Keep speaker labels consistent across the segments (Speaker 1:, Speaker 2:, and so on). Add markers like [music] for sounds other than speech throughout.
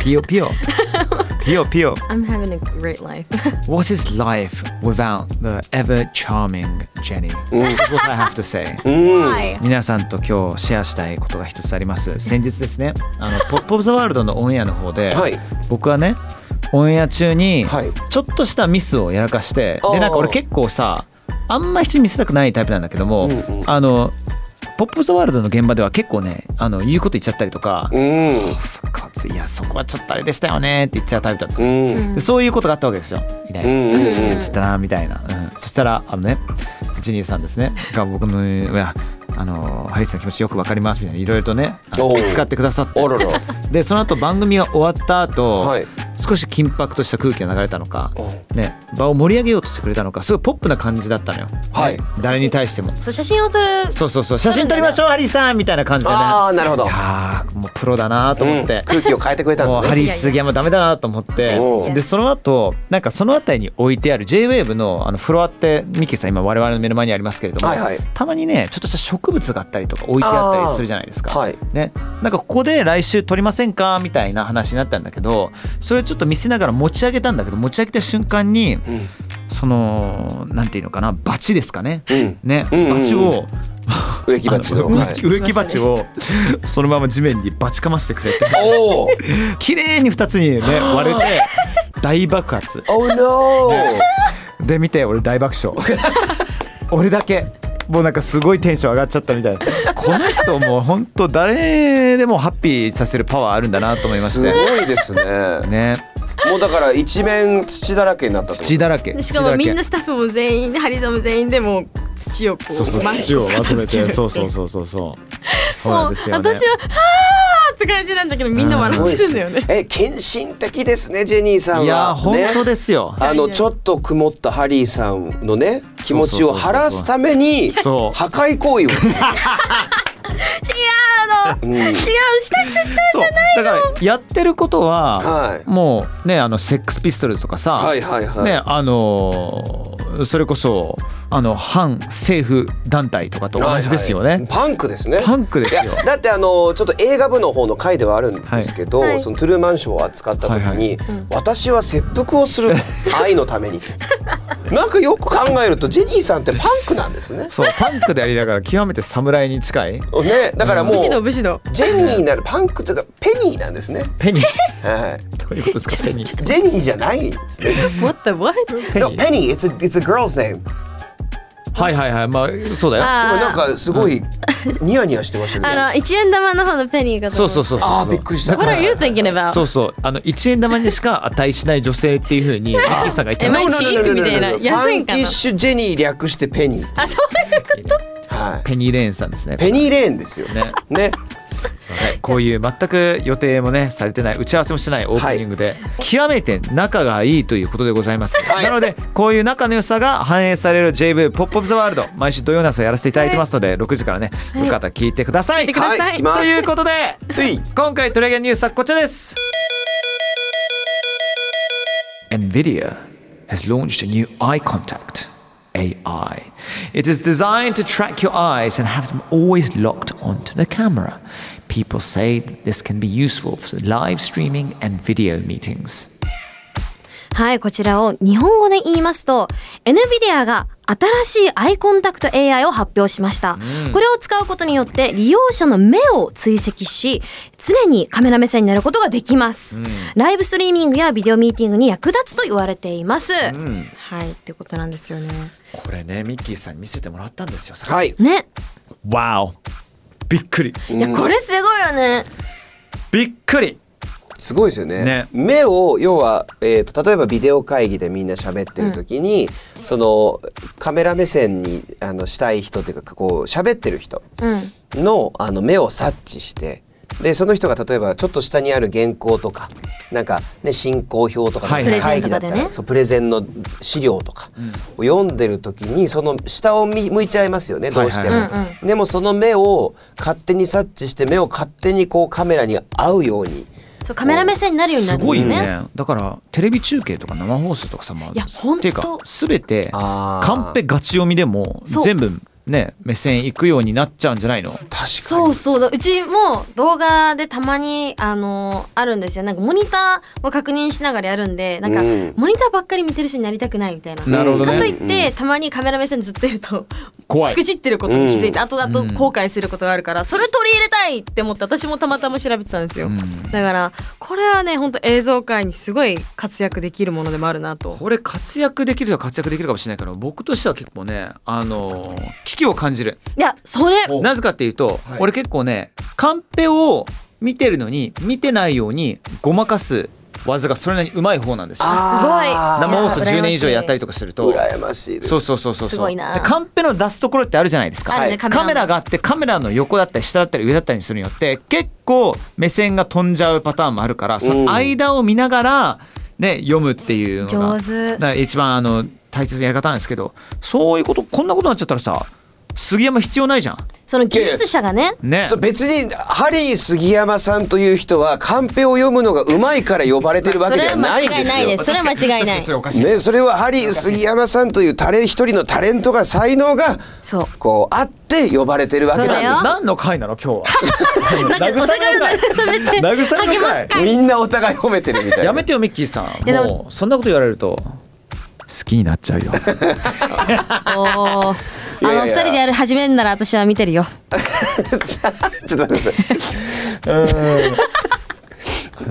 Speaker 1: Pio pio.
Speaker 2: [laughs]
Speaker 1: Pio pio.
Speaker 2: I'm having a great life. [laughs]
Speaker 1: What is life without the ever charming Jenny? That's what I have to
Speaker 2: [laughs]
Speaker 1: say.
Speaker 2: はい。
Speaker 1: 皆さんと今日シェアしたいことが一つあります先日ですねあ
Speaker 2: [laughs]
Speaker 1: のポップ・オブ・ザ・ワールドのオンエアの方で、
Speaker 3: はい
Speaker 1: 僕はねオンエア中に
Speaker 3: はい
Speaker 1: ちょっとしたミスをやらかして、
Speaker 3: あー
Speaker 1: でなんか俺結構さあんま人に見せたくないタイプなんだけども、
Speaker 3: うんうん
Speaker 1: あのポップ・オブ・ザ・ワールドの現場では結構ねあの言うこと言っちゃったりとか
Speaker 3: うん
Speaker 1: 「かついやそこはちょっとあれでしたよね」って言っちゃうタイプだったの、
Speaker 3: うん
Speaker 1: でそういうことがあったわけですよみたいな。
Speaker 3: うん
Speaker 1: ちょっとやっちゃったなみたいな、うんそしたらあのねジニーさんですねが僕のいやあのハリーさんの気持ちよくわかりますみたいないろいろとねあの
Speaker 3: おう
Speaker 1: 気遣ってくださって
Speaker 3: おろろ
Speaker 1: でその後番組が終わった後、
Speaker 3: はい
Speaker 1: 少し緊迫とした空気が流れたのか、ね、場を盛り上げようとしてくれたのかすごいポップな感じだったのよ
Speaker 3: はい
Speaker 1: 誰に対しても
Speaker 2: そう写真を撮る。
Speaker 1: そうそうそう写真撮りましょうハリーさんみたいな感じでね
Speaker 3: ああなるほど
Speaker 1: いやーもうプロだなと思って、
Speaker 3: うん、空気を変えてくれたん
Speaker 1: もう
Speaker 3: です
Speaker 1: ハ
Speaker 3: ね
Speaker 1: リー杉山ダメだなと思って
Speaker 3: おう
Speaker 1: でその後なんかその辺りに置いてある JWAVE のあのフロアってミキさん今我々の目の前にありますけれども、
Speaker 3: はいはい
Speaker 1: たまにねちょっとした植物があったりとか置いてあったりするじゃないですか。
Speaker 3: はい
Speaker 1: ね、なんかここで来週撮りませんかみたいな話になったんだけどそれをちょっと見せながら持ち上げたんだけど持ち上げた瞬間に、そのなんていうのかなバチですかね、
Speaker 3: うん
Speaker 1: ね、
Speaker 3: うんうんうん
Speaker 1: バチを
Speaker 3: 植木鉢の
Speaker 1: あの
Speaker 3: はい
Speaker 1: 植木鉢をそのまま地面にバチかましてくれて
Speaker 3: おお
Speaker 1: [laughs] 綺麗に二つにね割れて [laughs] 大爆発
Speaker 3: Oh no
Speaker 1: で見て俺大爆 [laughs] 笑俺だけもうなんかすごいテンション上がっちゃったみたいなこの人もう本当誰でもハッピーさせるパワーあるんだなと思いまし
Speaker 3: す
Speaker 1: て
Speaker 3: ごいですね
Speaker 1: ね
Speaker 3: もうだから一面土だらけになったと
Speaker 1: 土だらけ
Speaker 2: でしかもみんな
Speaker 1: 土
Speaker 2: スタッフも全員、ハリーさんも全員でもう土をこう。
Speaker 1: だらけそうそう
Speaker 2: ま
Speaker 1: 土を集めてそうそう
Speaker 2: も
Speaker 1: そうそうそうそう
Speaker 2: う
Speaker 1: なんですよね
Speaker 2: 私ははーって感じなんだけどみんな笑ってるんだよね。
Speaker 3: え献身的ですねジェニーさんはい
Speaker 1: や本当
Speaker 3: ね
Speaker 1: ですよ
Speaker 3: あのちょっと曇ったハリーさんのね気持ちを晴らすために破
Speaker 1: そう
Speaker 3: 壊行為をする
Speaker 2: 違うの。違うしたくてした。
Speaker 1: そうだからやってること
Speaker 3: は
Speaker 1: はいもうねあのセックスピストルズとかさ
Speaker 3: はいはいはい、
Speaker 1: ねあのーそれこそあの反政府団体とかと同じですよね。
Speaker 3: はいはいパンクですね
Speaker 1: パンクですよ
Speaker 3: いやだってあのちょっと映画部の方の回ではあるんですけど、
Speaker 2: はい
Speaker 3: そのトゥルーマンショーを扱った時に、
Speaker 1: はいはい
Speaker 3: 私は切腹をする愛のためになんかよく考えるとジェニーさんってパンクなんですね
Speaker 1: そうパンクでありながら極めて侍に近い
Speaker 3: ねだからもう、
Speaker 2: 武士の武士の。
Speaker 3: ジェニーなるパンクというかペニーなんですね、
Speaker 1: ペニー
Speaker 3: [laughs] はい、
Speaker 1: どういうことですかペニー
Speaker 3: ジェニーじゃないんですね
Speaker 2: What the what?
Speaker 1: ペニ
Speaker 3: でも
Speaker 1: ー
Speaker 3: ペニー it's a, it's a girl's name
Speaker 1: はいはいはいまあそうだよ
Speaker 3: でもなん
Speaker 2: あ
Speaker 3: かすご
Speaker 2: [laughs]
Speaker 3: いニヤニヤしてました
Speaker 2: ー
Speaker 3: ね
Speaker 2: あの一円玉の方のペニーが。
Speaker 1: そうそうそうそう
Speaker 3: あーびっくりした
Speaker 2: What are you thinking about?
Speaker 1: そうそうあの一円玉にしか値しない女性っていうふうにミッキーさんが言って
Speaker 2: え毎
Speaker 1: た
Speaker 2: 日みたいな
Speaker 3: パ
Speaker 2: 安い
Speaker 3: ン
Speaker 2: んか
Speaker 3: キ
Speaker 2: な
Speaker 3: ッシュジェニー略してペニー
Speaker 2: あそういうこと。
Speaker 3: はい
Speaker 1: ペニーレーンさんですね
Speaker 3: ペニーレーンですよねね
Speaker 1: ねすいませんこういう全く予定もねされてない打ち合わせもしてないオープニングで、極めて仲がいいということでございます、
Speaker 3: い
Speaker 1: なのでこういう仲の良さが反映される JV ポップオブザワールド毎週土曜の朝やらせていただいてますので、6時からねよかったら聞いてください、
Speaker 2: てください
Speaker 3: はい、来ます
Speaker 1: ということで
Speaker 3: はい
Speaker 1: 今回取り上げるニュースはこちらです NVIDIA has launched a new eye contact AI. It is designed to track your eyes and have them always locked onto the camera. People say that this can be useful for live streaming and video meetings.
Speaker 2: はい、こちらを日本語で言いますと、NVIDIA が新しいアイコンタクト AI を発表しました、これを使うことによって利用者の目を追跡し常にカメラ目線になることができます、ライブストリーミングやビデオミーティングに役立つと言われています、はいってことなんですよね
Speaker 1: これねミッキーさんに見せてもらったんですよ
Speaker 3: はいい。
Speaker 2: ね
Speaker 1: わおびっくり
Speaker 2: いやこれすごいよね
Speaker 1: びっくり
Speaker 3: すごいですよね。
Speaker 1: ね
Speaker 3: 目を要は、えー、と例えばビデオ会議でみんな喋ってる時に、そのカメラ目線にあのしたい人というかこう喋ってる人
Speaker 2: うん
Speaker 3: のあの目を察知してでその人が例えばちょっと下にある原稿とかなんか、ね、進行表とか
Speaker 1: はい
Speaker 3: なん
Speaker 2: プレゼン
Speaker 3: 会
Speaker 2: と
Speaker 3: 議だ
Speaker 2: か
Speaker 3: った
Speaker 2: で
Speaker 3: ら
Speaker 2: ね
Speaker 3: そうプレゼンの資料とかを読んでる時にその下を見向いちゃいますよねどうしても。
Speaker 1: はいは
Speaker 2: うん
Speaker 3: でもその目を勝手に察知して目を勝手にこうカメラに合うように。
Speaker 2: そうカメラ目線になるようにな
Speaker 1: す
Speaker 2: るの
Speaker 1: ご
Speaker 2: ね
Speaker 1: いねだからテレビ中継とか生放送とかさまあ
Speaker 2: いやほんと
Speaker 1: ていうか全て
Speaker 3: あー
Speaker 1: カンペガチ読みでも
Speaker 2: そう
Speaker 1: 全部ね目線行くようになっちゃうんじゃないの
Speaker 3: 確かに
Speaker 2: そうそうだうちも動画でたまにあのあるんですよなんかモニターを確認しながらやるんでなんか、
Speaker 3: うん
Speaker 2: モニターばっかり見てる人になりたくないみたいな。
Speaker 1: なるほどね
Speaker 2: かといって、たまにカメラ目線ずっといると
Speaker 1: 怖い
Speaker 2: しくじってることに気づいて、
Speaker 3: う
Speaker 2: 後々後悔することがあるからそれ取り入れたいって思って私もたまたま調べてたんですよ、だからこれはね本当映像界にすごい活躍できるものでもあるなと
Speaker 1: これ活躍できる人は活躍できるかもしれないけど僕としては結構ねあのー危機を感じる
Speaker 2: いやそれ
Speaker 1: なぜかっていうと、
Speaker 3: はい
Speaker 1: 俺結構ねカンペを見てるのに見てないようにごまかす技がそれなりに上手い方なんですよ
Speaker 3: あー
Speaker 1: 生放送
Speaker 2: いや
Speaker 1: 10
Speaker 2: 羨ましい
Speaker 1: 年以上やったりとかすると
Speaker 3: 羨ましいです
Speaker 1: そうそうそうそう
Speaker 2: すごいな
Speaker 1: でカンペの出すところってあるじゃないですか、
Speaker 2: あるねカメラの
Speaker 1: カメラがあってカメラの横だったり下だったり上だったりにするによって結構目線が飛んじゃうパターンもあるからその間を見ながら、ね、読むっていうのが
Speaker 2: 上手
Speaker 1: だから一番あの大切なやり方なんですけどそういうことこんなことになっちゃったらさ杉山必要ないじゃん。
Speaker 2: その技術者がね
Speaker 1: ね、
Speaker 3: そう別にハリー杉山さんという人はカンペを読むのがうまいから呼ばれてるわけじゃないんですよ。
Speaker 2: それは間違いないで
Speaker 1: 確かに
Speaker 2: すそれは間違いない
Speaker 1: それおかしい、
Speaker 3: ね、それはハリー杉山さんというタレ一人のタレントが才能が
Speaker 2: そう
Speaker 3: こうあって呼ばれてるわけ
Speaker 2: そうだ
Speaker 3: なん
Speaker 2: よ
Speaker 1: 何の回なの
Speaker 2: [laughs]
Speaker 1: 今日は
Speaker 2: なん
Speaker 1: [laughs]
Speaker 2: かお互いの慰め
Speaker 1: 慰
Speaker 2: て
Speaker 1: め会
Speaker 2: 励ま
Speaker 3: で
Speaker 2: す
Speaker 3: すみんなお互い褒めてるみたいな
Speaker 1: やめてよミッキーさん
Speaker 2: やでも
Speaker 1: もうそんなこと言われると好きになっちゃうよ
Speaker 2: おお。
Speaker 3: いやいや
Speaker 2: あの二人でやる始めんなら私は見てるよ。
Speaker 3: [laughs] ちょっと待ってくださ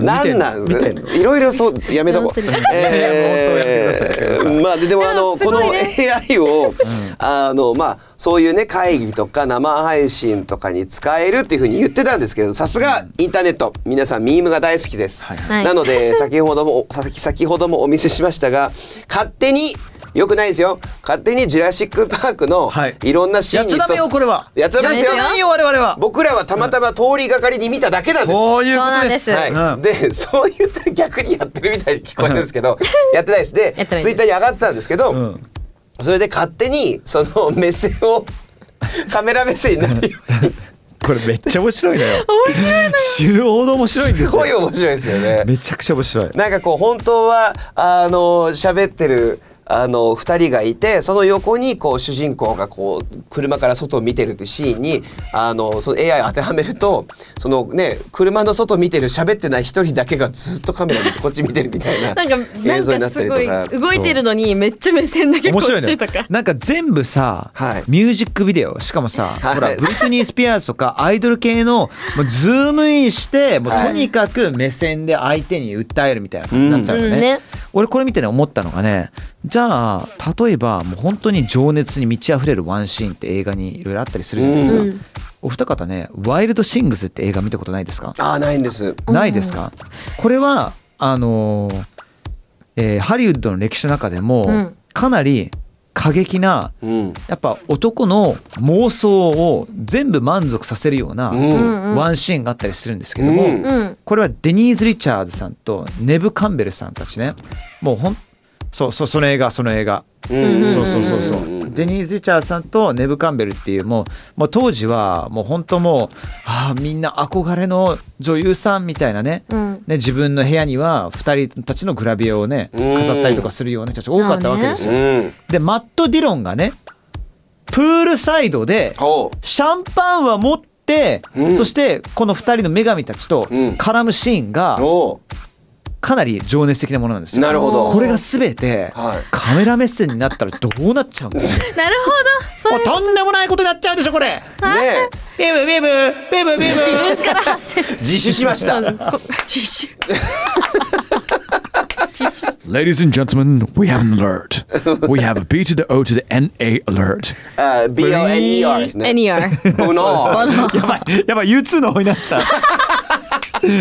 Speaker 3: い。なんなん
Speaker 1: 見てんの
Speaker 3: いろいろそうやめとこう
Speaker 2: 本当に。
Speaker 3: えーまあででもあのこの AI をあのまあそういうね会議とか生配信とかに使えるっていうふうに言ってたんですけど、さすがインターネット皆さんミームが大好きです。
Speaker 1: はい
Speaker 2: はい
Speaker 3: なの
Speaker 2: [laughs]
Speaker 3: で先ほども先先ほどもお見せしましたが、勝手によくないですよ。勝手にジュラシックパークの
Speaker 1: はい
Speaker 3: いろんなシー
Speaker 1: や
Speaker 3: ン
Speaker 1: っ
Speaker 3: に
Speaker 1: ちゃダメよこれは
Speaker 3: やっちゃダメですよ
Speaker 1: やっちゃダメよ我々は
Speaker 3: 僕らはたまたま通りがかりに見ただけなんです。
Speaker 1: そういうこ
Speaker 2: そうな
Speaker 1: とで
Speaker 2: んですす
Speaker 3: はい、
Speaker 1: うん
Speaker 3: でそう言ったら逆にやってるみたいに聞こえるんですけど [laughs] やってないですで
Speaker 2: やってない
Speaker 3: ツイッターに上がってたんですけど、
Speaker 1: ん
Speaker 3: それで勝手にその目線をカメラ目線になるように
Speaker 1: これめっちゃ面白いのよ面白い [laughs] 死ぬほど面白いんですすよ
Speaker 3: ごい面白いですよね。
Speaker 1: めちゃくちゃ面白い
Speaker 3: なんかこう本当はあの喋ってるあの2人がいてその横にこう主人公がこう車から外を見てるというシーンにあのその AI 当てはめるとそのね車の外見てる喋ってない1人だけがずっとカメラでこっち見てるみたいな
Speaker 2: [laughs] なんか
Speaker 3: 映像にな
Speaker 2: なんか
Speaker 3: った
Speaker 2: す
Speaker 3: り
Speaker 2: ごい
Speaker 3: とか。
Speaker 2: 動いてるのにめっちゃ目線だけこ
Speaker 1: 面
Speaker 2: っ
Speaker 1: 白いね
Speaker 2: ちとか。
Speaker 1: なんか全部さ、
Speaker 3: はい
Speaker 1: ミュージックビデオしかもさ、
Speaker 3: はい
Speaker 1: ほらブリトニー・スピアーズとかアイドル系
Speaker 3: [laughs]
Speaker 1: のもうズームインしてもう
Speaker 3: はい
Speaker 1: とにかく目線で相手に訴えるみたいな感じになっちゃうよね,、
Speaker 2: うんうんね
Speaker 1: 俺これ見てね思ったのがねじゃあ例えばもう本当に情熱に満ち溢れるワンシーンって映画にいろいろあったりするじゃないですか、
Speaker 2: うん
Speaker 1: お二方ね「ワイルド・シングス」って映画見たことないですか
Speaker 3: ああないんです。
Speaker 1: ないですか、これはあのーえーハリウッドの歴史の中でも、
Speaker 2: うん
Speaker 1: かなり過激な
Speaker 3: うん。
Speaker 1: やっぱ男の妄想を全部満足させるような
Speaker 3: うん。
Speaker 2: んうん
Speaker 1: ワンシーンがあったりするんですけども、
Speaker 3: うん
Speaker 2: うん。
Speaker 1: これはデニーズ・リチャーズさんとネブ・カンベルさんたちねもうほんそうそうその映画その映画
Speaker 3: うん。
Speaker 1: そうそうそうそう、
Speaker 3: ん
Speaker 1: デニーズ・リチャーズさんとネブ・カンベルっていうもうもう当時はもう本当もうああみんな憧れの女優さんみたいなね、
Speaker 2: うん
Speaker 1: ね自分の部屋には2人たちのグラビアをね
Speaker 3: うん
Speaker 1: 飾ったりとかするような人たちが多かったわけですよ。
Speaker 3: うん。
Speaker 1: でマット・ディロンがねプールサイドで
Speaker 3: おう。
Speaker 1: シャンパンは持って、
Speaker 3: うん
Speaker 1: そしてこの2人の女神たちと絡むシーンが
Speaker 3: おう。
Speaker 1: かなり情熱的なものなんですよ。
Speaker 3: なるほど
Speaker 1: これがすべて
Speaker 3: はい
Speaker 1: カメラ目線になったらどうなっちゃうんですか。
Speaker 2: なるほど。そ
Speaker 1: もう
Speaker 2: れ
Speaker 1: とんでもないことになっちゃうでしょこれ。
Speaker 3: ね
Speaker 1: ビブビブビブビブ。
Speaker 2: 自分から発生し
Speaker 3: 自首しました。
Speaker 2: た。こ自首。
Speaker 1: Ladies and gentlemen, we have an alert. We have a B to the O to the N A alert.
Speaker 3: あ B O N E R ですね。
Speaker 2: NER。
Speaker 3: ボノー。
Speaker 1: やばいやばい U2 の方になっちゃう。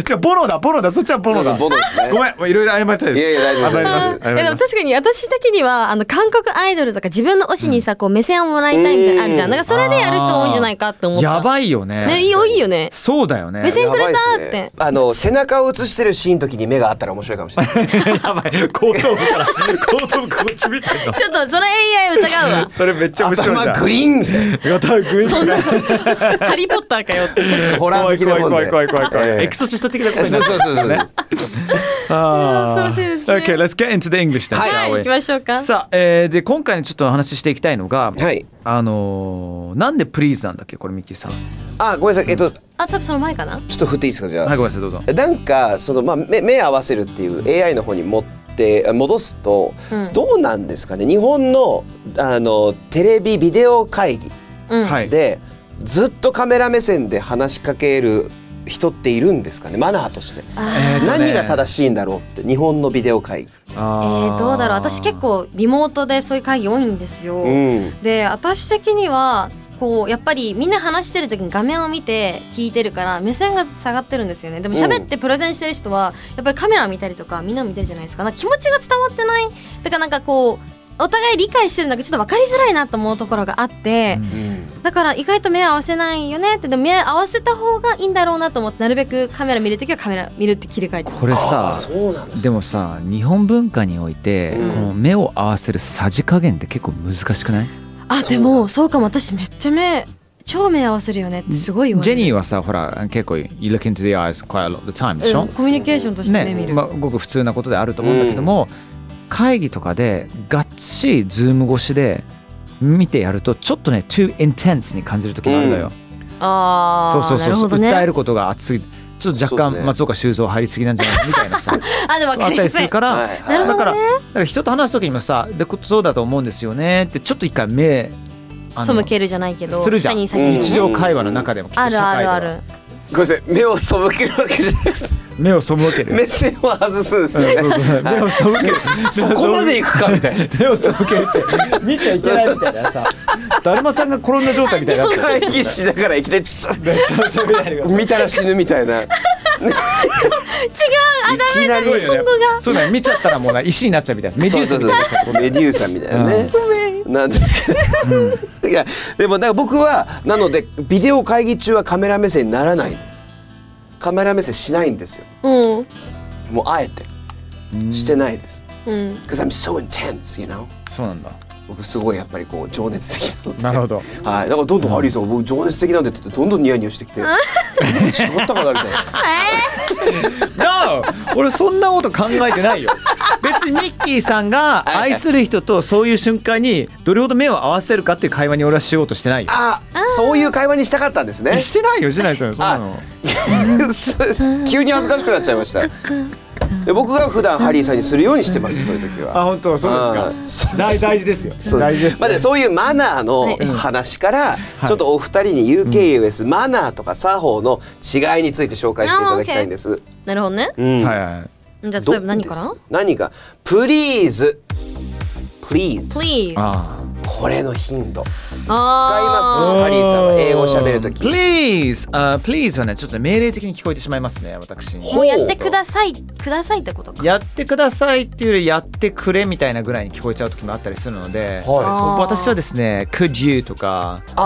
Speaker 1: じゃボロだボロだそっちはボロだ。
Speaker 3: ボノですね
Speaker 1: ごめんもういろいろ謝りたいです。
Speaker 3: いやいや大丈夫です
Speaker 1: 謝ります。謝
Speaker 2: え
Speaker 1: り
Speaker 2: で
Speaker 1: ま
Speaker 2: も
Speaker 1: す
Speaker 2: 確かに私的にはあの韓国アイドルとか自分の推しにさこう目線をもらいたいみたいなのあるじゃん。なんかそれでやる人多いんじゃないかって思った。
Speaker 1: やばいよね。
Speaker 2: ねいいよいいよね。
Speaker 1: そうだよね。
Speaker 2: 目線
Speaker 3: やばい
Speaker 2: くれたっ
Speaker 3: ですね
Speaker 2: て。
Speaker 3: あの背中を映してるシーンの時に目があったら面白いかもしれない。
Speaker 1: やばい後頭部から後頭部こっち見てんの。
Speaker 2: ちょっとそれ AI 疑うわ
Speaker 1: それめっ [laughs] ちゃ面白いじ
Speaker 3: 頭
Speaker 1: ゃん
Speaker 3: グリーンみたいな。
Speaker 1: やったグイ
Speaker 2: そんなハリーポッターかよって。
Speaker 3: ホラー
Speaker 1: 怖
Speaker 3: 好
Speaker 1: い
Speaker 3: きな
Speaker 1: 怖い
Speaker 3: もんで。
Speaker 1: 怖い怖い怖い怖い、
Speaker 3: ええ
Speaker 1: エクソシスト的な声にな
Speaker 3: そう
Speaker 1: る
Speaker 3: そうそうそう。
Speaker 1: あー
Speaker 2: 恐ろしいですね
Speaker 1: Okay, let's get into the English then
Speaker 3: はい
Speaker 2: はい
Speaker 1: shall we?
Speaker 2: 行きましょうか。
Speaker 1: さあ、えー、で今回のちょっとお話ししていきたいのが、
Speaker 3: はい
Speaker 1: あのー、なんでプリーズなんだっけこれミッキーさん
Speaker 3: あ、ごめんなさい。えっと、ちょ
Speaker 2: あ多分その前かな。
Speaker 3: っと振っていいですかじゃあ。
Speaker 1: はいごめんなさいどうぞ
Speaker 3: なんかその、まあ、目目合わせるっていう AI の方に持ってあ戻すと、
Speaker 2: うん
Speaker 3: どうなんですかね日本のあのテレビビデオ会議
Speaker 2: うん。
Speaker 1: はい
Speaker 3: で、ずっとカメラ目線で話しかける人っているんですかねマナーとして、
Speaker 1: えーと
Speaker 3: 何
Speaker 1: ね
Speaker 3: が正しいんだろうって日本のビデオ会議。
Speaker 2: えー、どうだろう私結構リモートでそういう会議多いんですよ。
Speaker 3: うん
Speaker 2: で私的にはこうやっぱりみんな話してる時に画面を見て聞いてるから目線が下がってるんですよねでも喋ってプレゼンしてる人はやっぱりカメラ見たりとかみんな見てるじゃないですかなんか気持ちが伝わってないだからなんかこうお互い理解してるんだけどちょっと分かりづらいなと思うところがあって、だから意外と目合わせないよねってでも目合わせた方がいいんだろうなと思ってなるべくカメラ見るときはカメラ見るって切り替えてます
Speaker 1: これ
Speaker 3: あ
Speaker 1: さ
Speaker 3: ーそうなんだ
Speaker 1: でもさ日本文化において、
Speaker 3: うん
Speaker 1: この目を合わせるさじ加減って結構難しくない
Speaker 2: あでもそうかも私めっちゃ目超目合わせるよねってすごい言わ
Speaker 1: ジ
Speaker 2: れ
Speaker 1: ェ
Speaker 2: る
Speaker 1: ニーはさほら結構 You look into the eyes quite a lot of the time でしょ、
Speaker 2: うんコミュニケーションとして目見
Speaker 1: ね
Speaker 2: る、
Speaker 1: まあ、ごく普通なことであると思うんだけども、会議とかでがっちりズーム越しで見てやるとちょっとね too intense に感じる時もあるのよ、
Speaker 2: あ
Speaker 1: そう
Speaker 2: あ
Speaker 1: そうそうそう、
Speaker 2: なるほ
Speaker 1: 訴え
Speaker 2: どね
Speaker 1: ることが熱いちょっと
Speaker 3: そう
Speaker 1: 若
Speaker 3: です
Speaker 1: 干
Speaker 3: ね
Speaker 1: 松岡修造入りすぎなんじゃないみたいな
Speaker 2: [laughs]
Speaker 1: さ
Speaker 2: あでも分
Speaker 1: あ
Speaker 2: か
Speaker 1: っ
Speaker 2: り
Speaker 1: た
Speaker 2: ま
Speaker 1: りす
Speaker 2: せ
Speaker 1: る
Speaker 2: ん
Speaker 1: から、
Speaker 3: はいはい
Speaker 2: なるほど
Speaker 1: だからだから人と話す時にもさでこそうだと思うんですよねってちょっと一回目あの
Speaker 2: 背けるじゃないけど
Speaker 1: するじゃん
Speaker 2: 下に下げる
Speaker 1: 日常会話の中でもきっと
Speaker 2: あ
Speaker 1: 社
Speaker 2: るあ
Speaker 1: 会で
Speaker 2: る
Speaker 1: は
Speaker 2: ある
Speaker 3: ごめんなさい目を背けるわけじゃなくて
Speaker 1: 目を背ける
Speaker 3: 目線を外すんです
Speaker 1: うん
Speaker 3: ね。
Speaker 1: そうそう目を背ける
Speaker 3: [laughs] そこまで行くかみたいな。
Speaker 1: 目を背けるって見ちゃいけないみたいなさだるまさんが転んだ状態みたいになって
Speaker 3: 会議しながらいきなりちょっ
Speaker 1: るちょちょ見ないでく
Speaker 3: と
Speaker 1: ださい
Speaker 3: 見たら死ぬみたいな。違うあダメだ
Speaker 1: すごいよね [laughs] そうだよ見ちゃったらもうな石になっちゃうみたいなメデュース
Speaker 3: そう
Speaker 1: み
Speaker 3: そう
Speaker 1: たいな
Speaker 3: そうメデューサみたいなね。なんですけど。いやでもなんか僕はなのでビデオ会議中はカメラ目線にならないんです。カメラ目線しないんですよ。
Speaker 2: うん
Speaker 3: もうあえてしてないです。
Speaker 2: うん、
Speaker 3: Cause I'm so intense, you know.
Speaker 1: そうなんだ
Speaker 3: 僕すごいやっぱりこう情熱的なので
Speaker 1: なるほど
Speaker 3: はい、だからどんどんハリーさんが僕情熱的なんでって言ってどんどんニヤニヤしてきて違ったかなみたいな。
Speaker 1: なあ俺そんなこと考えてないよ別にミッキーさんが愛する人とそういう瞬間にどれほど目を合わせるかっていう会話に俺はしようとしてないよ
Speaker 3: あ、そういう会話にしたかったんですね。
Speaker 1: してないよしてないですよそんな
Speaker 3: [laughs]
Speaker 1: の
Speaker 3: 急に恥ずかしくなっちゃいました。で僕が普段ハリーさんにするようにしてますそういう時
Speaker 1: あ
Speaker 3: は。
Speaker 1: 本当そうです
Speaker 3: あー
Speaker 1: か大大事ですよ
Speaker 3: そう
Speaker 1: 大事です
Speaker 3: まあね、そういうマナー
Speaker 2: は
Speaker 3: の
Speaker 2: い
Speaker 3: 話から、
Speaker 1: い
Speaker 3: ちょっとお二人に UKUS、マナーとか作法の違いについて紹介していただきたいんです。
Speaker 2: なるほどね
Speaker 3: うん
Speaker 1: はいはい
Speaker 2: じゃあ
Speaker 3: ど
Speaker 2: 例えば何か
Speaker 3: です
Speaker 2: ら
Speaker 3: 何か Please Please
Speaker 2: Please あ
Speaker 1: あ
Speaker 3: これの頻度使います
Speaker 2: あ
Speaker 3: ハリーさんは英語喋るとき
Speaker 1: Please あ Please はねちょっとね命令的に聞こえてしまいますね私に
Speaker 3: ほ
Speaker 2: もうやってくださいくださいってことか
Speaker 1: やってくださいっていうよりやってくれみたいなぐらいに聞こえちゃう時もあったりするので
Speaker 3: は
Speaker 2: あー
Speaker 1: 私はですね Could you とか
Speaker 3: いあ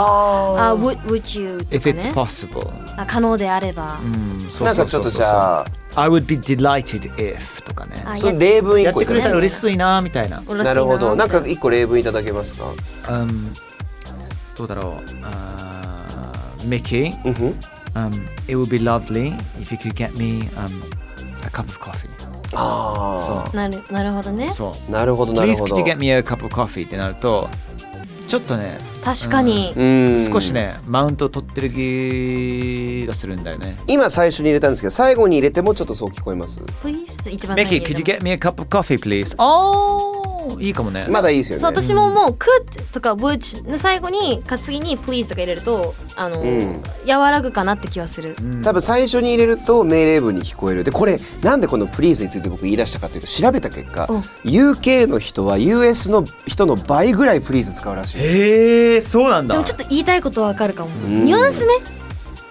Speaker 2: あ would, would you と
Speaker 1: If
Speaker 2: か
Speaker 1: it's
Speaker 2: ね
Speaker 1: possible
Speaker 2: あ可能であれば
Speaker 1: うんそう
Speaker 3: あな
Speaker 1: そう
Speaker 3: んかち
Speaker 1: そ
Speaker 3: ょっ
Speaker 1: う
Speaker 3: と
Speaker 1: そう
Speaker 3: じゃあ
Speaker 1: I would be delighted if とかね
Speaker 2: あ
Speaker 3: その例文
Speaker 1: や
Speaker 3: 一
Speaker 1: っ
Speaker 3: 個
Speaker 1: て
Speaker 3: い
Speaker 1: く
Speaker 3: た
Speaker 1: れ
Speaker 3: だ
Speaker 1: た
Speaker 3: け
Speaker 1: ら
Speaker 3: ま
Speaker 1: 嬉しいなみたいな、
Speaker 2: お
Speaker 3: す
Speaker 2: ろしい
Speaker 3: なるほどなん
Speaker 2: みたい
Speaker 3: か一個例文いただけますか
Speaker 1: うんどうだろうあー Mickey、
Speaker 3: うんふん
Speaker 1: um, It would be lovely if you could get me、um, a cup of coffee
Speaker 3: あ
Speaker 1: そ
Speaker 3: あ
Speaker 2: なるなるほどね
Speaker 1: そう
Speaker 3: なるほどなる
Speaker 1: Please
Speaker 3: ほ
Speaker 1: could
Speaker 3: ど
Speaker 1: you get me a cup of coffee ってなるとちょっとね
Speaker 4: 確かに、
Speaker 3: うん
Speaker 1: 少しねマウントを取ってる気がするんだよね
Speaker 3: 今最初に入れたんですけど最後に入れてもちょっとそう聞こえます
Speaker 2: プリース一番
Speaker 1: ミ
Speaker 2: 最
Speaker 1: キ
Speaker 2: 近
Speaker 1: could you get me a cup of coffee please ああいいかもね
Speaker 3: まだいいですよね
Speaker 2: そう私ももう「could」とか「would」の最後にか次に「please」とか入れるとあの、
Speaker 3: うん
Speaker 2: 和らぐかなって気はする、
Speaker 3: 多分最初に入れると命令文に聞こえるでこれなんでこの「プリーズ」について僕言い出したかというと調べた結果
Speaker 2: お
Speaker 3: UK の人は US の人の倍ぐらい「プリーズ」使うらしい
Speaker 1: へえそうなん
Speaker 2: で
Speaker 1: だ
Speaker 2: もちょっと言いたいことはわかるかも、
Speaker 3: ん
Speaker 2: ニュアンスね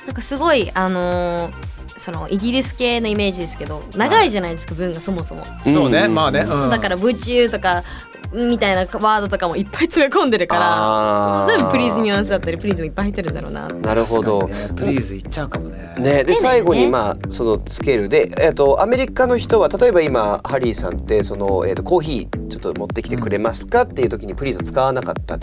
Speaker 2: なんかすごいあのーそのイギリス系のイメージですけど長いじゃないですか文がそもそも、
Speaker 1: そうね
Speaker 3: うん
Speaker 1: まあね
Speaker 2: そうだから「宇宙」とかみたいなワードとかもいっぱい詰め込んでるから
Speaker 3: あー
Speaker 2: もう全部「プリーズ」ニュアンスだったり「プリーズ」もいっぱい入ってるんだろうな
Speaker 3: なるほど
Speaker 1: プリーズいっちゃうかもね
Speaker 3: ね、で
Speaker 2: 丁寧にね
Speaker 3: 最後にまあそのつけるで、えっとアメリカの人は例えば今ハリーさんってその、えっとコーヒーちょっと持ってきてくれますかっていう時にプリーズ使わなかった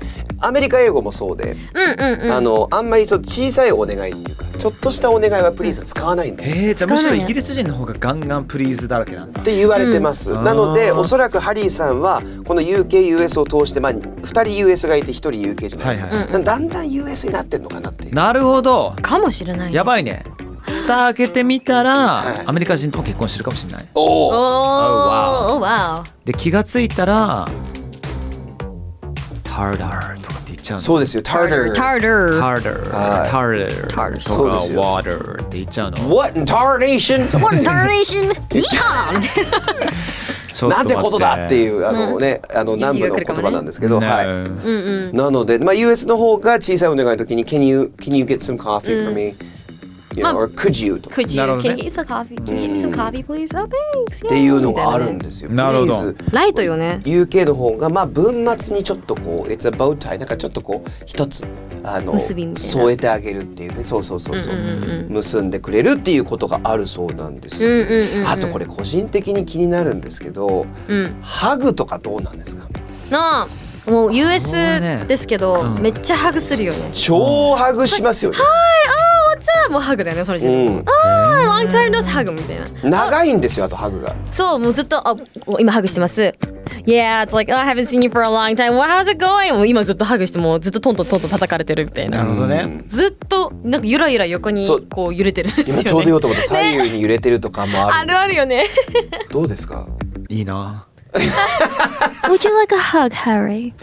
Speaker 3: アメリカ英語もそうで、
Speaker 2: うんうんうん
Speaker 3: あのあんまりそう小さいお願いっていうかちょっとしたお願いはプリーズ使わないんですよ
Speaker 1: へえじゃあ
Speaker 2: 使
Speaker 1: む
Speaker 2: わ
Speaker 1: し
Speaker 2: ない
Speaker 1: ろ
Speaker 2: ね
Speaker 1: イギリス人の方がガンガンプリーズだらけなんだ
Speaker 3: って言われてます、
Speaker 1: うん
Speaker 3: なので
Speaker 1: あー
Speaker 3: おそらくハリーさんはこの UKUS を通して、まあ、2人 US がいて1人 UK じゃないですか、
Speaker 1: はいはい
Speaker 3: なんだんだん US になってるのかなっていう
Speaker 1: なるほど
Speaker 2: かもしれない
Speaker 1: やばいね蓋開けてみた
Speaker 3: はい
Speaker 1: らアメリカ人とも結婚してるかもしれない
Speaker 3: お
Speaker 2: おー
Speaker 3: お
Speaker 1: わ
Speaker 2: おわ
Speaker 1: で気がついたらタルダーとかって言っちゃうの
Speaker 3: そうですよ Tartar
Speaker 2: おタ
Speaker 1: タ
Speaker 2: ル
Speaker 1: ルダー
Speaker 3: はい
Speaker 1: タルダーと
Speaker 3: そうです
Speaker 1: か
Speaker 3: よ
Speaker 1: ワーダーって言っちゃうの
Speaker 3: What in tarnation
Speaker 2: タルタルネーションイハーみたいな
Speaker 1: ちょ
Speaker 3: [laughs]
Speaker 1: っ
Speaker 3: なんてことだっていううあのね、あの南部の言葉なんですけど、はい。
Speaker 1: い
Speaker 3: なので、まあ、US の方が小さいお願いの時に「Can you, can you get some coffee for me?、You
Speaker 2: ま
Speaker 3: know,
Speaker 2: あ
Speaker 3: or could you? とか
Speaker 2: [laughs] Could you
Speaker 1: なるほどね
Speaker 2: can you get some coffee can you get some coffee please oh thanks っ
Speaker 3: っていうのがあるんですよ。
Speaker 1: なるほど
Speaker 3: Please
Speaker 2: ライトよね
Speaker 3: UK の方がまあ文末にちょっとこう「It's about time」なんかちょっとこう一つあの
Speaker 2: 結びみたいな
Speaker 3: 添えてあげるっていうねそうそうそうそう,、結んでくれるっていうことがあるそうなんです、
Speaker 2: うんうんうん
Speaker 3: あとこれ個人的に気になるんですけど、
Speaker 2: うん
Speaker 3: ハグとかどうなんですか
Speaker 2: なあもう US
Speaker 1: これはね
Speaker 2: ですけど、
Speaker 1: うん
Speaker 2: めっちゃハグするよね
Speaker 3: 超ハグしますよね、
Speaker 2: じゃあもうハグだよねそれじゃ、
Speaker 3: うん、
Speaker 2: あー long time no see ハグみたいな
Speaker 3: 長いんですよあとハグが。
Speaker 2: そうもうずっとあお今ハグしてます Yeah it's like、oh, I haven't seen you for a long time Well, how's it going もう今ずっとハグしてもうずっとトントントントン叩かれてるみたい
Speaker 1: な
Speaker 2: な
Speaker 1: るほどね
Speaker 2: ずっとなんかゆらゆら横に
Speaker 3: そう
Speaker 2: こう揺れてるんですよ
Speaker 3: 今
Speaker 2: ね
Speaker 3: ちょうど言おうと思って左右に揺れてるとかもある
Speaker 2: あ
Speaker 3: んで
Speaker 2: る
Speaker 3: す
Speaker 2: ある
Speaker 1: [laughs]
Speaker 2: よね
Speaker 3: どうですか
Speaker 1: いいな
Speaker 4: Would you like a hug, Harry?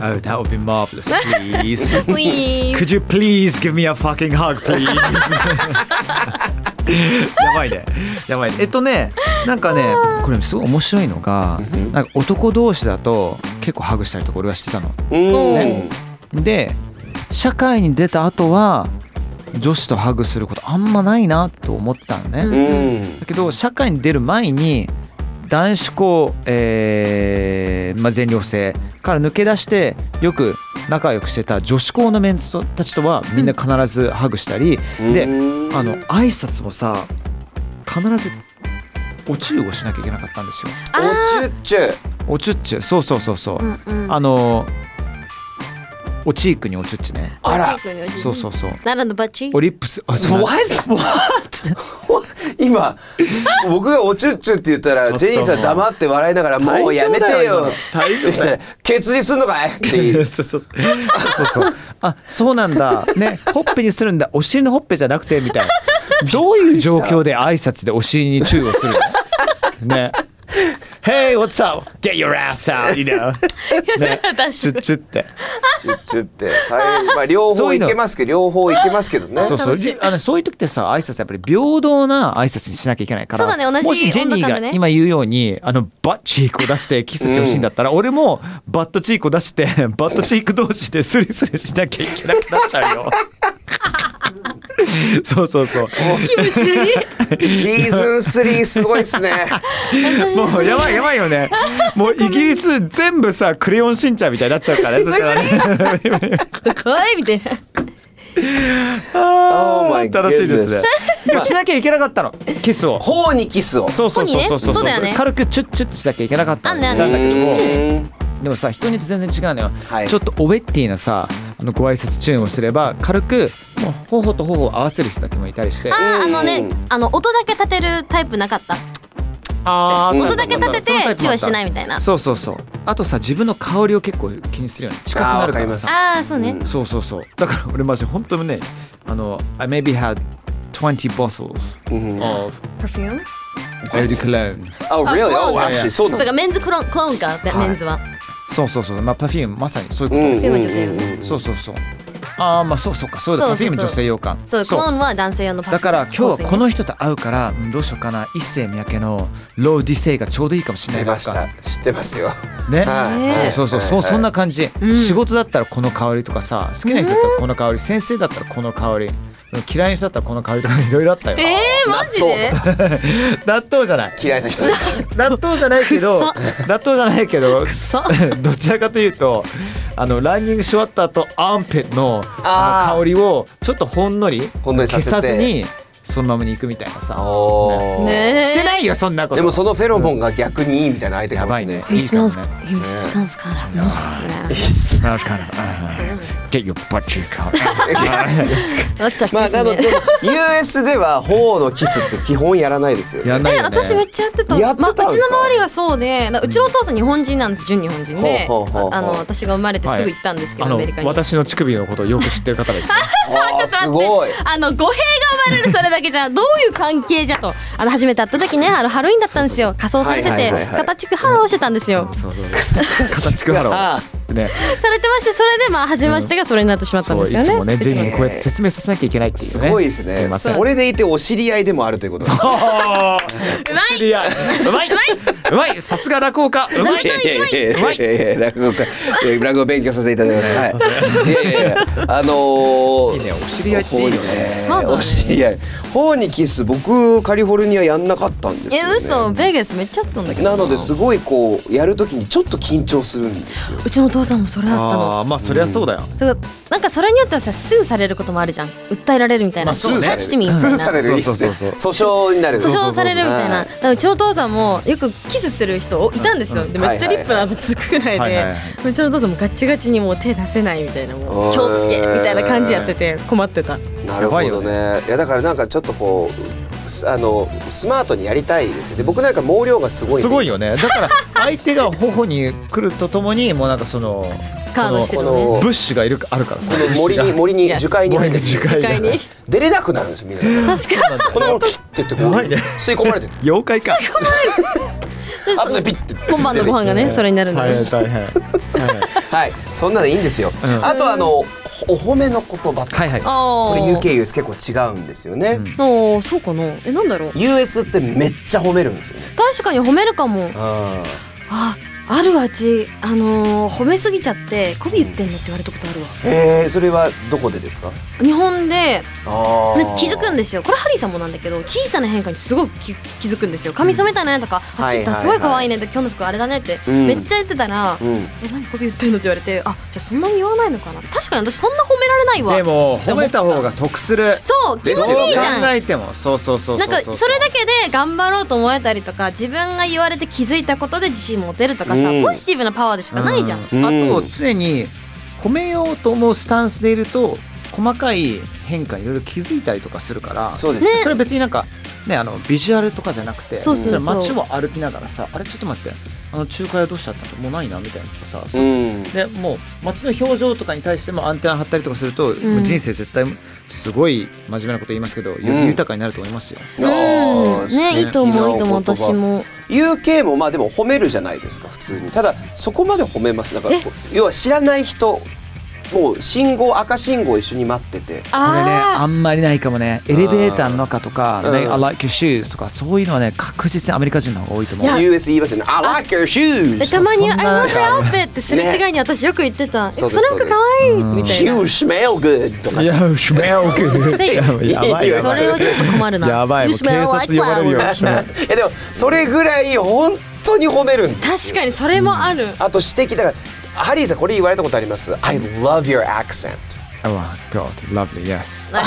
Speaker 1: Oh that would be marvelous please [laughs]
Speaker 2: Please
Speaker 1: Could you please give me a fucking hug, please? [laughs] やばいね。やばいね。えっとね、なんかね、これすごい面白いのが、なんか男同士だと結構ハグしたりとか俺はしてたの。
Speaker 3: うん
Speaker 1: で、社会に出た後は女子とハグすることあんまないなと思ってたのね。
Speaker 3: う
Speaker 1: だ
Speaker 3: ん
Speaker 1: けど社会に出る前に男子校、えーまあ、全寮制から抜け出してよく仲良くしてた女子校のメンツとたちとはみんな必ずハグしたり、で
Speaker 3: うん
Speaker 1: あの挨拶もさ必ずお中をしなきゃいけなかったんですよ。
Speaker 3: おちゅっちゅ
Speaker 1: おちゅっちゅそうそうそうそう、あのおチークにおちゅっちね
Speaker 3: あら
Speaker 1: そうそうそう
Speaker 2: ならのバッチ
Speaker 1: お
Speaker 2: [laughs]
Speaker 1: リップスあそう
Speaker 3: What? 今僕がおちゅっちゅって言ったらジェニーさん黙って笑いながらもうやめてよ
Speaker 1: 大丈夫だよ今の大丈夫
Speaker 3: みたいなケツにすんのかいっていう
Speaker 1: そうそうそうそうあそうなんだねほっぺにするんだお尻のほっぺじゃなくてみ [laughs] たいなどういう状況で挨拶でお尻に注意をするの [laughs] ね Hey what's up get your ass out you know ねチュッチュって
Speaker 3: チュッチュってはいまあ両
Speaker 1: そ
Speaker 3: 方
Speaker 1: うい
Speaker 3: いう
Speaker 1: の
Speaker 3: けますけど両方いけますけどね
Speaker 1: そうそうあのそういう時ってさ挨拶やっぱり平等な挨拶にしなきゃいけないから
Speaker 2: そうだね同じ
Speaker 1: もしジェニー
Speaker 2: 温度感
Speaker 1: が
Speaker 2: でね
Speaker 1: 今言うようにあのバッチークを出してキスしてほしいんだったら、俺もバットチークを出して [laughs] バットチーク同士でスリスリしなきゃいけなくなっちゃうよ。
Speaker 2: [laughs]
Speaker 1: そうそうそう
Speaker 3: シーズン3すごいっすね
Speaker 1: もうやばいやばいよねもうイギリス全部さ「クレヨンしんちゃん」みたいになっちゃうからねそしたらね
Speaker 2: 怖いみたいな
Speaker 1: あ
Speaker 3: [laughs] Oh my
Speaker 1: ー [laughs] 楽しいですね
Speaker 3: goodness
Speaker 1: でもしなきゃいけなかったのキスを
Speaker 3: 頬にキスを
Speaker 1: そうそうそうそう
Speaker 2: ここにねそうだよね
Speaker 1: 軽くチュッチュッとしなきゃいけなかったの
Speaker 2: あ
Speaker 1: し
Speaker 2: んね
Speaker 1: たんだけど
Speaker 3: うん
Speaker 1: でもさ人によって全然違うのよ、
Speaker 3: はい
Speaker 1: ちょっとおべってィなさあのご挨拶チューンをすれば軽くもう頬と頬を合わせる人だけもいたりして
Speaker 2: あーあのね
Speaker 3: う
Speaker 2: あの音だけ立てるタイプなかった
Speaker 1: あー
Speaker 3: うん
Speaker 2: 音だけ立ててチューはしないみたいな
Speaker 1: そうそうそうあとさ自分の香りを結構気にするよね近くなるからさ
Speaker 2: ああそうね、
Speaker 3: うん
Speaker 1: そうそうそうだから俺マジ本当にねあの I maybe had 20 bottles
Speaker 3: うん
Speaker 1: of
Speaker 2: perfume
Speaker 1: eau de cologne
Speaker 3: あ、really? Oh,
Speaker 2: あ
Speaker 3: actually, そうなの
Speaker 2: そうかメンズクロンクローンかってメンズは
Speaker 1: そうそうそうまあ perfume まさにそういうこ
Speaker 3: う
Speaker 1: と、
Speaker 3: んうんうん
Speaker 2: 女性
Speaker 3: うんうん
Speaker 1: そうそうそうああまあそうそうかそうだ
Speaker 2: そうそう
Speaker 1: perfume
Speaker 2: そう
Speaker 1: 女性用か
Speaker 2: そうクローンは男性用のパ
Speaker 1: だから今日はこ
Speaker 2: の
Speaker 1: の人と会うからうんどうしようかな一世三宅のローディセイがちょうどいいかもし
Speaker 3: 知っ
Speaker 1: れない
Speaker 3: て
Speaker 1: な
Speaker 3: ま
Speaker 1: ん
Speaker 3: し
Speaker 1: か
Speaker 3: た知ってますよ
Speaker 1: ね
Speaker 3: は
Speaker 1: そうそうそう、そう
Speaker 3: はいはい
Speaker 1: そんな感じ、
Speaker 2: ん
Speaker 1: 仕事だったらこの香りとかさ好きな人だったらこの香り、先生だったらこの香り嫌いな人だったらこの香りとかいろいろあったよ、
Speaker 2: えー、マジで
Speaker 1: 納豆じゃない
Speaker 3: 嫌いな人
Speaker 1: 納豆じゃないけ
Speaker 2: [laughs]
Speaker 1: ど
Speaker 2: くっ
Speaker 1: 納豆じゃないけど
Speaker 2: くそ
Speaker 1: [laughs] どちらかというとあのランニングし終わった後アンペットの
Speaker 3: あ
Speaker 1: あ
Speaker 3: ー
Speaker 1: の香りをちょっとほんのり
Speaker 3: ほんのりさせ
Speaker 1: 消
Speaker 3: て
Speaker 1: さずにそのままに行くみたいなさ
Speaker 3: おー
Speaker 2: ね
Speaker 1: してないよそんなこと
Speaker 3: でもそのフェロモンが逆にいいみたいな相手
Speaker 1: や
Speaker 3: かも
Speaker 1: ば
Speaker 3: し
Speaker 1: い
Speaker 3: れ
Speaker 1: ね
Speaker 3: ない
Speaker 1: いいかも
Speaker 2: smells
Speaker 1: ね
Speaker 2: he smells kind of
Speaker 1: なるかな Get your butt cheek out
Speaker 3: [laughs]
Speaker 2: 私は
Speaker 3: まあなの
Speaker 2: ね
Speaker 3: で US では頬のキスって基本やらないですよね
Speaker 1: やんない
Speaker 2: え
Speaker 1: よね
Speaker 2: [laughs] 私めっちゃやってた
Speaker 3: やってたんですか
Speaker 2: まあ、うちの周りがそうでなうちのお父さん日本人なんです純日本人で
Speaker 3: ほうほうほうほう
Speaker 2: ああの私が生まれてすぐ行ったんですけど、
Speaker 1: あの
Speaker 2: アメリカに
Speaker 1: 私の乳首のことをよく知ってる方ですね
Speaker 3: あーすごい
Speaker 2: あの語弊が生まれるそれだけじゃどういう関係じゃとあの初めて会った時ねあのハロウィンだったんですよ仮装されて
Speaker 3: はい
Speaker 2: て
Speaker 3: はいはいはい
Speaker 2: 形くハローしてたんですよ
Speaker 1: そうそうそう形くハローね
Speaker 2: されてましてそれでまあ初めましてがそれになってしまったん
Speaker 1: そう
Speaker 2: で
Speaker 1: い
Speaker 2: すよ
Speaker 1: つも
Speaker 2: ね
Speaker 1: ねジェニーにこうやって説明させなきゃいけないっていうね
Speaker 3: すごいですね
Speaker 1: すいません
Speaker 3: それでいてお知り合いでもあるということです
Speaker 1: おーお知り合いうまいうまいさすが落語家うまい
Speaker 3: いう
Speaker 1: まい
Speaker 3: やいやいや落語家え落語勉強させていただきます。はい。いやいやいやあのー、
Speaker 1: いいねお知り合いっていいよね
Speaker 3: 頬に
Speaker 2: スマートだね
Speaker 3: お知り合い。頬にキス僕カリフォルニアやんなかったんです
Speaker 2: え
Speaker 3: よ、ね。
Speaker 2: 嘘ベーゲスめっちゃやってたんだけど
Speaker 3: なのですごいこうやるときにちょっと緊張するんですよ。
Speaker 2: うちのお父さんもそれだったの
Speaker 1: あーまあそりゃそうだよ
Speaker 2: だからなんかそれによってはさスーされることもあるじゃん訴えられるみたいな、
Speaker 1: まあそうね
Speaker 2: タッチみたい
Speaker 3: スー
Speaker 2: な
Speaker 3: される。
Speaker 1: そうそうそう
Speaker 3: 訴訟になる。
Speaker 2: 訴訟されるみたいな
Speaker 3: は
Speaker 2: だからうちのお父さんもよくキスする人おいたんですよ、でめっちゃリップの後つくぐらいで、
Speaker 1: はいはいは
Speaker 2: うちのお父さんもガチガチにもう手出せないみたいなもう気をつけみたいな感じやってて困ってた
Speaker 3: なるほ
Speaker 1: や
Speaker 3: ど
Speaker 1: ばい
Speaker 3: ね。いやだからなんかちょっとこうすあのスマートにやりたいですよね。僕なんか毛量がすごいんです
Speaker 1: ごいよねだ
Speaker 2: [laughs]
Speaker 1: から相手が頬に来るとともにもうなんかその
Speaker 2: カードして
Speaker 3: こ
Speaker 2: るのね
Speaker 3: の
Speaker 1: ブッシュがいるあるからさ
Speaker 3: この森に森に樹海に
Speaker 1: 森に樹海
Speaker 2: 機械に
Speaker 3: 出れなくなるんですよみんな。
Speaker 2: 確か
Speaker 3: このままキュッてやってこう
Speaker 1: 怖いね
Speaker 3: 吸い込まれて
Speaker 1: 妖怪か
Speaker 3: あとでピッて
Speaker 2: 今晩のご飯がねそれになるんです
Speaker 1: 大変大変
Speaker 3: はいそんなのいいんですよ、
Speaker 1: ん
Speaker 3: あとあのおお褒めの言葉とか
Speaker 1: はいはい
Speaker 2: あ
Speaker 3: こ
Speaker 2: あ
Speaker 3: れ UKUS 結構違うんですよね、
Speaker 2: ああそうかなえなんだろう
Speaker 3: US ってめっちゃ褒めるんですよね
Speaker 2: 確かに褒めるかも
Speaker 3: あ
Speaker 2: ああるわうちあのー褒めすぎちゃって媚び言ってんのって言われたことあるわ
Speaker 3: ーえー、それはどこでですか
Speaker 2: 日本で
Speaker 3: あ
Speaker 2: なんか気づくん
Speaker 3: で
Speaker 2: ですよこれハリーさんもなんだけど小さな変化にすごく気気づくんですよ髪染めたねとか「
Speaker 3: うんは
Speaker 2: あ
Speaker 3: い
Speaker 2: 切ったすごい可愛いね」って今日の服あれだねって
Speaker 3: うん
Speaker 2: めっちゃ言ってたら「
Speaker 3: うん
Speaker 2: え何こび言ってんの?」って言われて「あじゃあそんなに言わないのかな」確かに私そんな褒められないわ
Speaker 1: でも褒めた方が得する
Speaker 2: そう気
Speaker 1: ど
Speaker 2: 持
Speaker 1: う
Speaker 2: ちいいじゃん
Speaker 1: 考えてもそうそうそう
Speaker 2: な
Speaker 1: そ
Speaker 2: ん
Speaker 1: う
Speaker 2: かそれだけで頑張ろうと思えたりとか自分が言われて気づいたことで自信持てるとかさ、
Speaker 3: うん
Speaker 2: ポジティブなパワーでしかないじゃん、
Speaker 1: うあと常に褒めようと思うスタンスでいると細かい変化いろいろ気づいたりとかするから
Speaker 3: そうですね
Speaker 1: それ別になんかねあのビジュアルとかじゃなくて
Speaker 2: そうそうそう
Speaker 1: れ街を歩きながらさあれちょっと待ってあの仲介はどうしちゃったのもうないなみたいなとかさ、そう
Speaker 3: うん
Speaker 1: でもう街の表情とかに対してもアンテナ張ったりとかすると、
Speaker 2: ん
Speaker 1: 人生絶対すごい真面目なこと言いますけど、より豊かになると思いますよ。
Speaker 3: あー素
Speaker 2: ねいいと思ういいと思う
Speaker 3: 素敵な
Speaker 2: 私
Speaker 3: お言葉
Speaker 2: も
Speaker 3: UK もまあでも褒めるじゃないですか普通にただそこまで褒めますだから
Speaker 2: え
Speaker 3: こう要は知らない人もう信号赤信号一緒に待ってて
Speaker 1: これねあ
Speaker 2: あ
Speaker 1: んまりないかもねエレベーターの中とか「
Speaker 3: うん
Speaker 1: ね I like your shoes」とかそういうのはね確実にアメリカ人の方が多いと思う。
Speaker 3: US 言いますよね「I like your
Speaker 2: ーえ
Speaker 3: shoes
Speaker 2: たまに「
Speaker 1: そ
Speaker 2: あ
Speaker 1: ん
Speaker 2: れ
Speaker 1: な
Speaker 2: 待ってアッペ」ってすれ違いに私よく言ってた「え
Speaker 3: そう
Speaker 2: そ
Speaker 3: です
Speaker 2: れなんか可愛いみたいな
Speaker 3: you smell good」とか [laughs]
Speaker 1: いや、スメオグ
Speaker 2: せい
Speaker 1: やばいよ。
Speaker 2: それはちょっと困るな
Speaker 1: やばい。もう
Speaker 2: You
Speaker 1: 警
Speaker 2: smell
Speaker 1: 察
Speaker 2: like
Speaker 1: 呼ばれるよ。
Speaker 2: flowers
Speaker 3: えでもそれぐらい本当に褒めるんですよ
Speaker 2: 確かにそれもある、
Speaker 3: あと指摘だからハリーさんこれ言われたことあります「I love your accent
Speaker 1: Oh my god, lovely, yes. も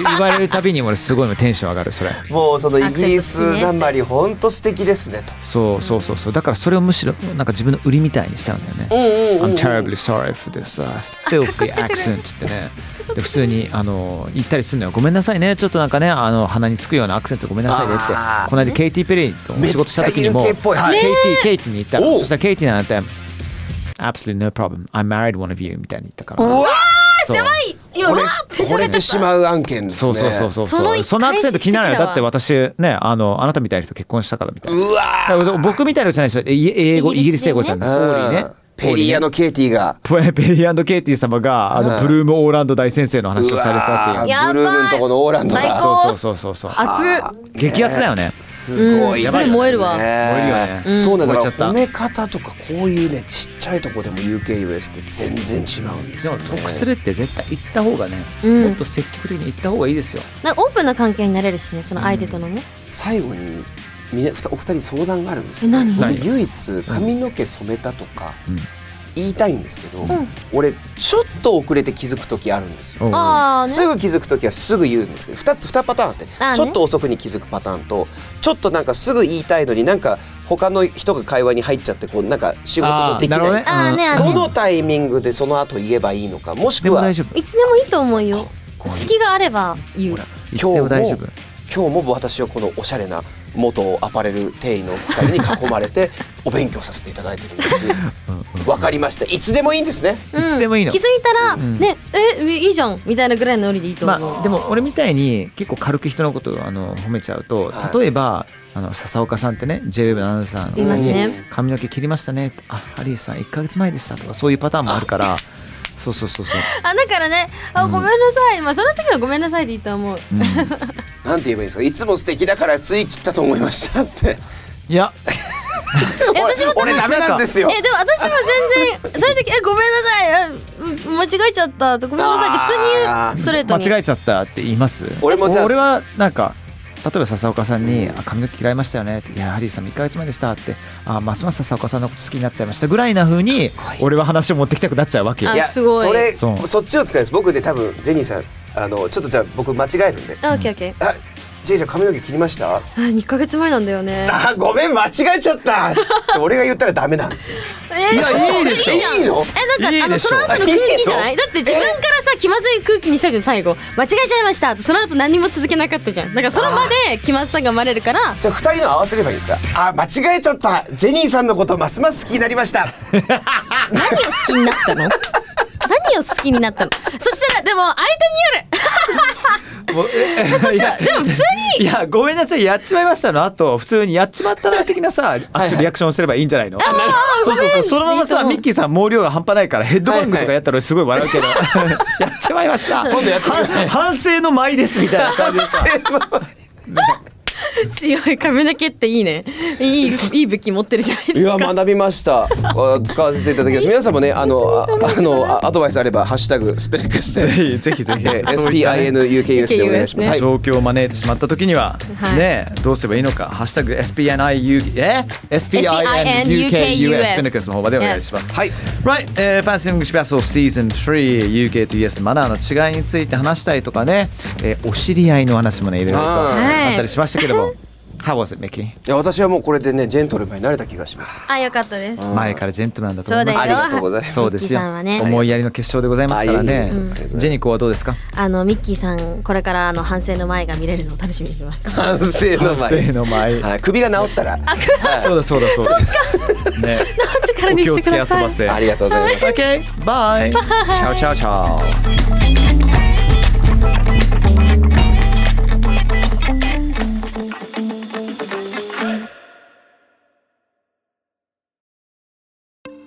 Speaker 1: う言われるたびに俺すごいもうテンション上がる、それ。」
Speaker 3: もうそのイギリスなまり本当素敵ですねと。
Speaker 1: そうそうそうそう。だからそれをむしろなんか自分の売りみたいにしちゃうんだよね。I'm terribly sorry for this、uh, filthy accent ってね。で普通にあの言ったりするのよ。ごめんなさいね。ちょっとなんかねあの鼻につくようなアクセントごめんなさいねって
Speaker 3: あー。
Speaker 1: この間ケイティペリーとお仕事した時にも、
Speaker 3: めっちゃ UK っぽいはい
Speaker 1: ケイティケイティに行ったら、
Speaker 3: おう
Speaker 1: そしたらケイティなんて。 Absolutely no problem. I married one of you みたいに言ったから。
Speaker 3: うわ
Speaker 1: そう
Speaker 2: 今
Speaker 3: こ
Speaker 2: わ
Speaker 3: れ
Speaker 2: ーって
Speaker 3: こ
Speaker 2: 喋
Speaker 3: れ
Speaker 2: ってて
Speaker 3: しまう案件です
Speaker 1: そ
Speaker 3: ね
Speaker 1: うそうそうそう
Speaker 2: その
Speaker 1: そう。
Speaker 2: 一
Speaker 1: そのアクセント気になるよ。
Speaker 2: 開始してからは
Speaker 1: だって私ね、あのあなたみたいな人結婚したからみたいな。
Speaker 3: うわ
Speaker 1: だから僕みたいな人じゃないですよ。え英語イ
Speaker 2: イ
Speaker 1: ギ
Speaker 2: ギ
Speaker 1: リ
Speaker 2: リ
Speaker 1: ス
Speaker 2: ス
Speaker 1: 英
Speaker 2: 英
Speaker 1: 語
Speaker 2: 語
Speaker 1: じゃない。オ
Speaker 3: うん
Speaker 1: ーリーね。
Speaker 3: ペリー屋のケイティが
Speaker 1: [laughs] ペペリーケイティ様があのブルームオーランド大先生の話をされたっていうう。
Speaker 3: わ
Speaker 2: やば
Speaker 3: ー
Speaker 2: い
Speaker 3: ブルームのとこのオーランド
Speaker 2: 最
Speaker 3: が
Speaker 2: 高
Speaker 1: そうそうそうそうそう。
Speaker 2: 熱
Speaker 1: 激アツだよね。
Speaker 3: すごいですね、
Speaker 2: うんそれ燃えるわ
Speaker 1: 燃える
Speaker 3: う
Speaker 1: よね
Speaker 3: んそうなんだ
Speaker 1: 燃え
Speaker 3: だ
Speaker 1: ち
Speaker 3: か
Speaker 1: ゃった
Speaker 3: ら褒め方とかこういうねちっちゃいとこでも UKUS って全然違うんです
Speaker 1: で
Speaker 3: よ、
Speaker 1: も
Speaker 3: ね、
Speaker 1: 得するって絶対行った方がね、
Speaker 2: うん
Speaker 1: もっと積極的に行った方がいいですよ。
Speaker 2: なんかオープンな関係になれるしねその相手とのね、
Speaker 3: 最後にみなふたお二人相談があるんですけ
Speaker 2: え
Speaker 3: ど
Speaker 2: 何
Speaker 3: 僕唯一髪の毛染めたとか
Speaker 1: うん
Speaker 3: 言いたいんですけど、
Speaker 2: ん
Speaker 3: 俺ちょっと遅れて気づく時あるんですよ
Speaker 1: おう
Speaker 2: ああね
Speaker 3: すぐ気づくときはすぐ言うんですけど 2, 二パターンあって
Speaker 2: あーね
Speaker 3: ちょっと遅くに気づくパターンとちょっとなんかすぐ言いたいのになんか他の人が会話に入っちゃってこうなんか仕事
Speaker 1: あ
Speaker 3: と
Speaker 1: ー
Speaker 3: でき
Speaker 1: な
Speaker 3: ない
Speaker 1: るほどね。
Speaker 2: あーね
Speaker 1: う
Speaker 3: ど
Speaker 1: ん
Speaker 3: のタイミングでその後言えばいいのかもし
Speaker 1: で
Speaker 3: く
Speaker 1: も
Speaker 3: は今
Speaker 1: 大丈夫。
Speaker 2: いつでもいいと思うよ
Speaker 3: こいい
Speaker 2: 隙があれば言う
Speaker 1: いつでも大丈夫。
Speaker 3: 日も私はこのおしゃれな元アパレル店員の2人に囲まれ
Speaker 1: [laughs]
Speaker 3: てお勉強させていただいてるんですわかりましたいつでもいいんですね
Speaker 2: うん
Speaker 1: いつでもいいの
Speaker 2: 気づいたら、
Speaker 1: ん
Speaker 2: ねええいいじゃんみたいなぐらいのノリでいいと思う、
Speaker 1: まあでも俺みたいに結構軽く人のことをあの褒めちゃうと、
Speaker 3: はい
Speaker 1: 例えばあの笹岡さんってね JWEB のアナウンサーの
Speaker 2: いますね
Speaker 1: うん髪の毛切りましたねってあハリーさん1か月前でしたとかそういうパターンもあるからそうそうそうそう、
Speaker 2: あだからねあ
Speaker 1: うん
Speaker 2: ごめんなさい、まあその時はごめんなさいでいいと思う
Speaker 1: うん、い
Speaker 3: なんて言えばいいんですかいつも素敵だからつい切ったと思いましたって
Speaker 1: や
Speaker 2: え私もたま
Speaker 3: 俺
Speaker 2: に
Speaker 3: ダメなんですよ
Speaker 2: えでも私も
Speaker 1: [laughs]
Speaker 2: 全然そういう時えごめんなさいあう間違えちゃったとごめんなさいって普通に言
Speaker 3: あー
Speaker 2: うストレートに
Speaker 1: 間違えちゃったって言います
Speaker 3: 俺もじゃあ
Speaker 1: 俺はなんか例えば笹岡さんに「あ髪の毛嫌いましたよね」って「いやハリーさん1か月前でした」って「あますます笹岡さんのこと好きになっちゃいました」ぐらいな風に俺は話を持ってきたくなっちゃうわけよ
Speaker 2: あ。すごい
Speaker 3: それ
Speaker 1: そ
Speaker 3: そうっちを使います僕で多分ジェニーさんあのちょっとじゃあ僕間違えるんで
Speaker 2: あオッケーオッケー
Speaker 3: あジェニーちゃん髪の毛切りました
Speaker 2: あ2ヶ月前なんだよね
Speaker 3: あごめん間違えちゃったって俺が言ったらダメなんですよ
Speaker 2: えー
Speaker 3: いいでしょいいの
Speaker 2: えなんか
Speaker 1: いい
Speaker 2: あの
Speaker 1: でし
Speaker 2: そ
Speaker 1: ょ
Speaker 2: の後の空気じゃない
Speaker 3: いい
Speaker 2: だって自分からさ気まずい空気にしたじゃん最後間違えちゃいましたってその後何も続けなかったじゃんだからその場で気まずさが生まれるから
Speaker 3: じゃあ二人の合わせればいいですかあ間違えちゃったジェニーさんのことますます好きになりました
Speaker 2: 何を好きになったの何を好きになったのそしたらでも相
Speaker 1: もうええ
Speaker 2: 手によるでも普通
Speaker 1: [laughs] い
Speaker 2: に
Speaker 1: やごめんなさいやっちまいましたのあと普通にやっちまったな的なさあリアクションすればいいんじゃないのそうそうそうそのまま
Speaker 2: いい
Speaker 1: さ
Speaker 2: と思う
Speaker 1: ミッキーさん毛量が半端ないからヘッドバングとかやったら俺すごい笑うけ
Speaker 2: [laughs]
Speaker 1: どやっちまいました
Speaker 3: 今度やってみよう
Speaker 1: は反省の舞ですみたいな感じ
Speaker 3: [laughs]
Speaker 1: でさ
Speaker 2: 強い髪の毛っていいねいいいい武器持ってるじゃないで
Speaker 3: い
Speaker 2: す
Speaker 3: や
Speaker 2: か
Speaker 3: 学びましたあ使わせていただきます皆さんもねあのああのあアドバイスあればハッシュタグスペレクス
Speaker 1: ぜ
Speaker 2: [laughs]
Speaker 3: で
Speaker 1: ひぜひぜひ
Speaker 3: SPINUKUS でお願いします、
Speaker 2: ね
Speaker 3: はい
Speaker 1: 状況を招いてしまった時には、
Speaker 2: はい
Speaker 1: ねどうすればいいのか「ハッシュタグ #SPNIU」え SPINUKUS ピヌクスの方までお願いします。
Speaker 3: はい
Speaker 1: Right、えー、Fancy English Battle Season 3 UK と US マナーの違いについて話したりとかね、えー、お知り合いの話もねいろいろと
Speaker 3: あ
Speaker 2: ー
Speaker 1: あったりしましたけど
Speaker 2: [laughs]
Speaker 1: も How was it, Mickey?
Speaker 3: いや私はもうこれでねジェントルマンになれた気がします
Speaker 2: あよかったです
Speaker 1: 前からジェントルマンだと思いま
Speaker 2: そう
Speaker 3: あり
Speaker 1: す
Speaker 2: だよ
Speaker 3: がとうございます
Speaker 1: そうですよ、
Speaker 2: ミッキーさんはね
Speaker 1: 思いやりの決勝でございますからね、
Speaker 3: あいえいえありがとうございます
Speaker 1: ジェニコはどうですか
Speaker 3: [laughs]
Speaker 2: あのミッキーさんこれからあの反省の前が見れるのを楽しみにして
Speaker 1: [laughs]
Speaker 2: ます
Speaker 3: [laughs] 反省の前
Speaker 1: せーの前
Speaker 3: はい、首が治ったら
Speaker 1: そうだそうだそうだね
Speaker 2: ちょっとから
Speaker 1: お
Speaker 2: に
Speaker 1: 気を
Speaker 2: して
Speaker 1: つ
Speaker 2: く
Speaker 1: け遊
Speaker 2: ださい
Speaker 1: ば
Speaker 3: [laughs]
Speaker 1: せ
Speaker 3: ありがとうございます
Speaker 1: OK bye ciao ciao ciao
Speaker 5: 「